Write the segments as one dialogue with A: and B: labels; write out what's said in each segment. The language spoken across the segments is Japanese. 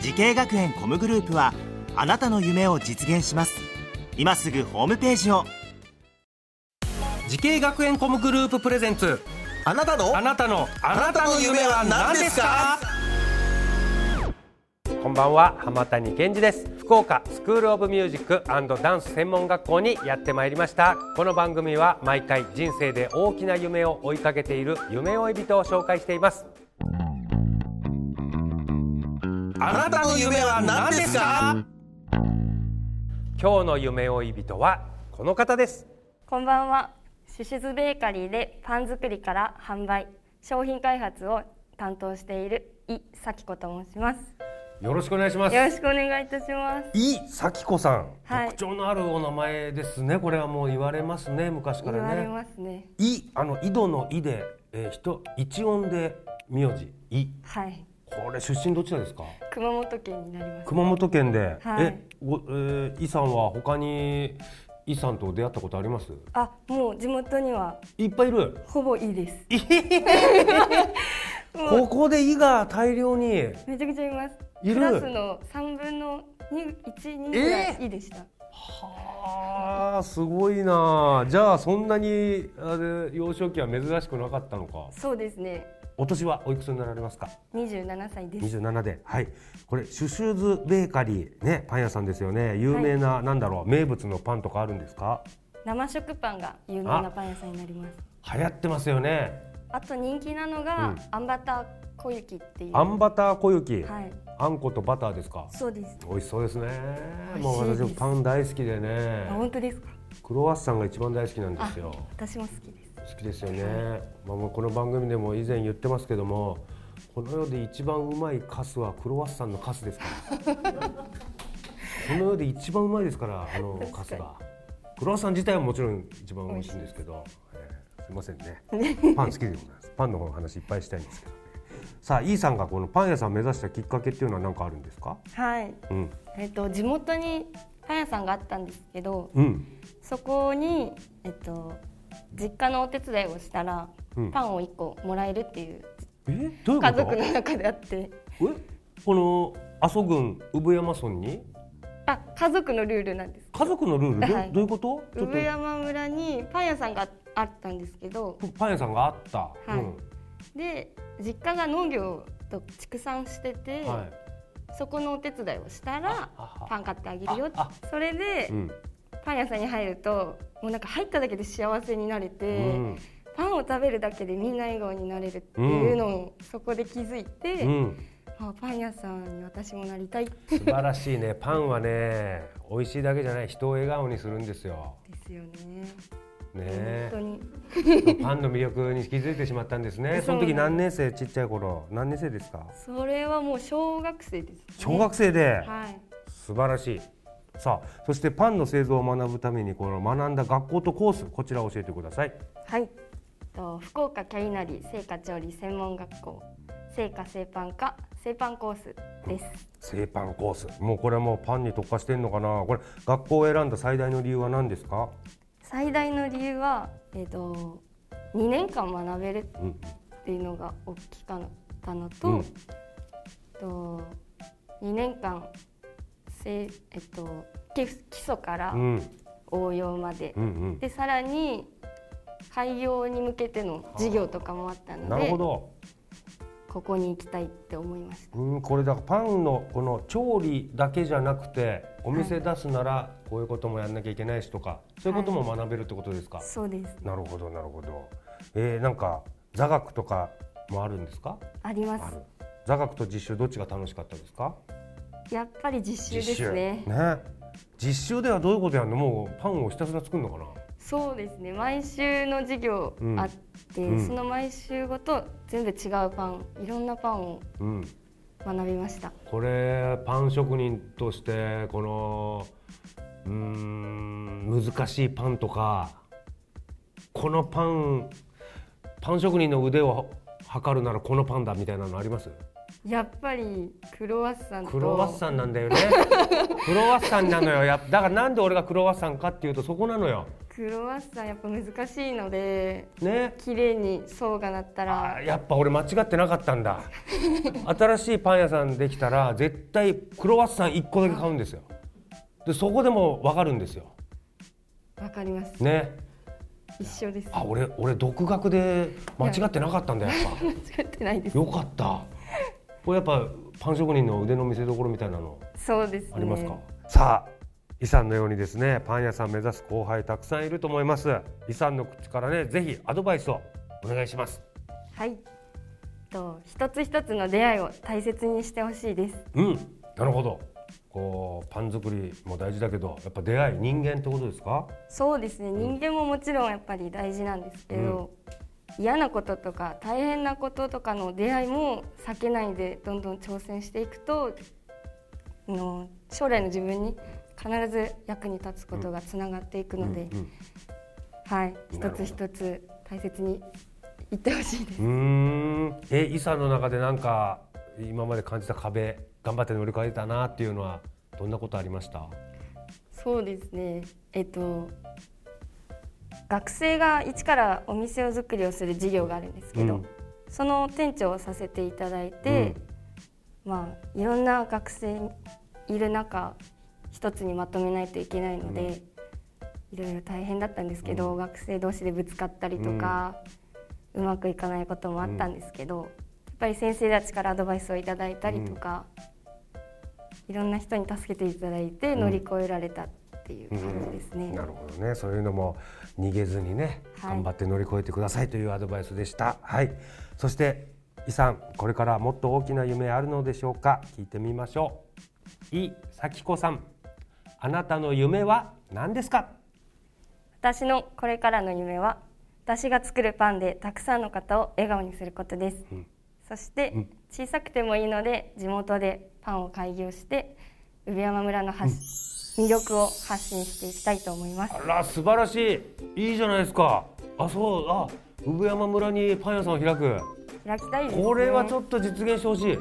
A: 時系学園コムグループはあなたの夢を実現します今すぐホームページを
B: 時系学園コムグループプレゼンツ
C: あなたの
B: あなたのあなたの夢は何ですかこんばんは浜谷健二です福岡スクールオブミュージックダンス専門学校にやってまいりましたこの番組は毎回人生で大きな夢を追いかけている夢追い人を紹介しています
C: あなたの夢は何ですか
B: 今日の夢追い人はこの方です
D: こんばんは。シシズベーカリーでパン作りから販売、商品開発を担当している井咲子と申します。
B: よろしくお願いしま
D: よろしくお願いいたします。
B: い咲子さん、
D: はい
B: 特徴のあるお名前ですねこれはもう言われますね昔から
D: 言
B: ね
D: われますね。
B: いあの井戸の井で、えー、人一音で名字い
D: はい。
B: これ出身どちらですか
D: 熊本県になります。
B: 熊本県で、
D: はい
B: えごえー、井さんは他に井さんと出会ったことあります
D: あ、もう地元にはい
B: っぱいいる
D: ほぼいいです。
B: ここで井が大量に
D: めちゃくちゃいます。
B: いる
D: クラスの三分の二、一、二ぐらいいいでした。
B: あーすごいなじゃあそんなにあれ幼少期は珍しくなかったのか
D: そうですね。
B: お年はおいくつになられますか
D: 二十七歳です。
B: 27で、はい、これシュシューズベーカリーねパン屋さんですよね有名な、なんだろう名物のパンとかあるんですか
D: 生食パンが有名なパン屋さんになります。
B: 流行ってますよね
D: あと人気なのが、
B: うん
D: あんバター小雪っていう。
B: あんバター小雪、
D: はい。
B: あんことバターですか
D: そうです。
B: 美味しそうですね
D: 美
B: もう
D: 味しいです
B: 私もパン大好きで
D: あ
B: ね
D: 本当ですか。
B: クロワッサンが一番大好きなんですよ
D: 私も好きです。
B: 好きですよね、まあ、もうこの番組でも以前言ってますけどもこの世で一番うまいカスはクロワッサンのカスですから この世で一番うまいですからあのカスがクロワッサン自体はもちろん一番美味しいんですけどえーすいません ねパン好きでございますパンの方の話いっぱいしたいんですけどねさあ E さんがこのパン屋さんを目指したきっかけっていうのは何かあるんですか
D: はい。
B: うん
D: えっと地元にパン屋さんがあったんですけど、
B: うん
D: そこにえっと実家のお手伝いをしたら、
B: うん
D: パンを一個もらえるっていう
B: えどういうこと
D: 家族の中であって、
B: えこの阿蘇郡産山村に
D: あ家族のルールなんです。
B: 家族のルールど,、
D: はい
B: どういうことちょっと
D: 産山村にパン屋さんがあったんですけど、
B: パン屋さんがあった、
D: いで実家が農業と畜産してて、
B: うんはい
D: そこのお手伝いをしたら
B: ああ
D: パン買ってあげるよって
B: あ
D: それで、
B: うん
D: パン屋さんに入るともうなんか入っただけで幸せになれて、
B: うん
D: パンを食べるだけでみんな笑顔になれるっていうのをそこで気づいて、
B: うん、
D: あパン屋さんに私もなりたい
B: 素晴らしいねパンはね美味しいだけじゃない人を笑顔にするんですよ
D: ですよね。
B: ね
D: 本当に
B: パンの魅力に気づいてしまったんですねそ
D: そう
B: の時何年生ちっちゃい頃何年生ですか
D: それはもう小学生です、ね。
B: 小学生で、
D: はい
B: 素晴らしいさあそしてパンの製造を学ぶためにこの学んだ学校とコースこちらを教えてください
D: はい。と福岡キャリナリ製菓調理専門学校製菓製パン科製パンコースです。
B: 製パンコースもうこれはもうパンに特化してんのかなこれ学校を選んだ最大の理由は何ですか
D: 最大の理由はえっ、と2年間学べる
B: うん
D: っていうのが大きかったのと、
B: うん
D: と2年間せえっと基基礎から
B: うん
D: 応用まで、
B: うんうん
D: でさらに開業に向けての授業とかもあったの
B: なる
D: で
B: ほど、
D: ここに行きたいって思いました。
B: うん、これだからパンのこの調理だけじゃなくてお店出すならこういうこともやんなきゃいけないしとかそういうことも学べるってことですか、
D: そうです。
B: なるほどなるほど、えー、なんか座学とかもあるんですか
D: ありま
B: あ
D: す
B: る。座学と実習どっちが楽しかったですか
D: やっぱり実習ですね。
B: ね実習ではどういうことやんのもうパンをひたすら作るのかな
D: そうですね。毎週の授業
B: うん
D: あって、
B: うん
D: その毎週ごと全部違うパン、いろんなパンを
B: うん
D: 学びました
B: これパン職人としてこのうーん難しいパンとかこのパンパン職人の腕を測るならこのパンだみたいなのあります
D: やっぱりクロワッサンと
B: クロワッサンなんだよねクロワッサンなのよやっだからなんで俺がクロワッサンかっていうとそこなのよ
D: クロワッサンやっぱ難しいので
B: ね
D: 綺麗に層がなった
B: あ
D: ら
B: ーやっぱ俺間違ってなかったんだ新しいパン屋さんできたら絶対クロワッサン1個だけ買うんですよでそこでも分かるんですよ
D: わかります
B: ね
D: 一緒です
B: あ俺俺独学で間違ってなかったんだやっぱ
D: 間違ってないです
B: よかったこれやっぱパン職人の腕の見せ所みたいなの
D: そうですね
B: ありますか、さあイさんのようにですねパン屋さん目指す後輩たくさんいると思いますイさんの口からねぜひアドバイスをお願いします
D: はいと一つ一つの出会いを大切にしてほしいです
B: うんなるほどこうパン作りも大事だけどやっぱ出会い人間ってことですか
D: そうですね人間ももちろんやっぱり大事なんですけど、嫌なこととか大変なこととかの出会いも避けないでどんどん挑戦していくとあの将来の自分に必ず役に立つことがつながっていくので、
B: うん
D: はい
B: な
D: 一
B: るほど
D: つ一つ大切にいってほしいです
B: うんうーんえイさんの中でなんか今まで感じた壁頑張って乗り越えたなっていうのはどんなことありました
D: そうですねえっと学生が一からお店を作りをする事業があるんですけど、
B: うん
D: その店長をさせていただいて、まあいろんな学生いる中一つにまとめないといけないので、いろいろ大変だったんですけど、学生同士でぶつかったりとか、うまくいかないこともあったんですけど、やっぱり先生たちからアドバイスをいただいたりとか、いろんな人に助けていただいて乗り越えられたっていう感じですね。
B: なるほどねそういうのも逃げずにね、
D: はい
B: 頑張って乗り越えてくださいというアドバイスでしたはいそしてイさんこれからもっと大きな夢あるのでしょうか聞いてみましょうイ咲子さんあなたの夢は何ですか
D: 私のこれからの夢は私が作るパンでたくさんの方を笑顔にすることです、そして、小さくてもいいので地元でパンを開業して産山村の発し、魅力を発信していきたいと思います
B: あら素晴らしいいいじゃないですかあそうあ産山村にパン屋さんを開く
D: 開きたいですね
B: これはちょ
D: っと
B: っと実現してほしい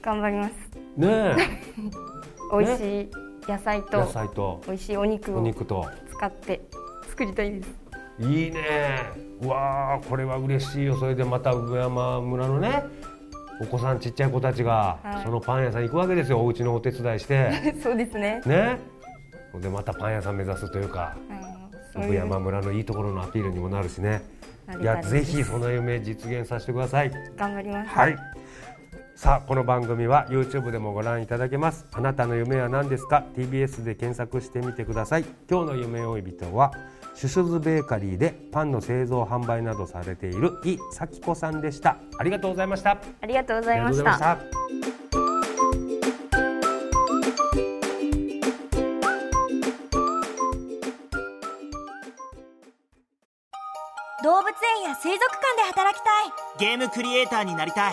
D: 頑張ります
B: ね
D: 美味しい野菜
B: え
D: と
B: 野菜と
D: 美味しいお肉
B: お
D: を
B: 肉と
D: 使って作りたいです
B: いいねうわあこれは嬉しいよそれでまた上山村のねお子さんちっちゃい子たちが、
D: はい
B: そのパン屋さん行くわけですよお家のお手伝いして
D: そうですね
B: ねでまたパン屋さん目指すというか
D: あのそう
B: 上
D: いう
B: 山村のいいところのアピールにもなるしね
D: なり
B: い
D: たい
B: や
D: です
B: ぜひその夢実現させてください
D: 頑張ります、
B: はいさあこの番組は YouTube でもご覧いただけますあなたの夢は何ですか TBS で検索してみてください今日の夢追い人はシュシュズベーカリーでパンの製造販売などされている井咲子さんでしたありがとうございました
D: ありがとうございまし
B: ありがとうございま
D: た
B: した
E: 動物園や水族館で働きたい
A: ゲームクリエイターになりたい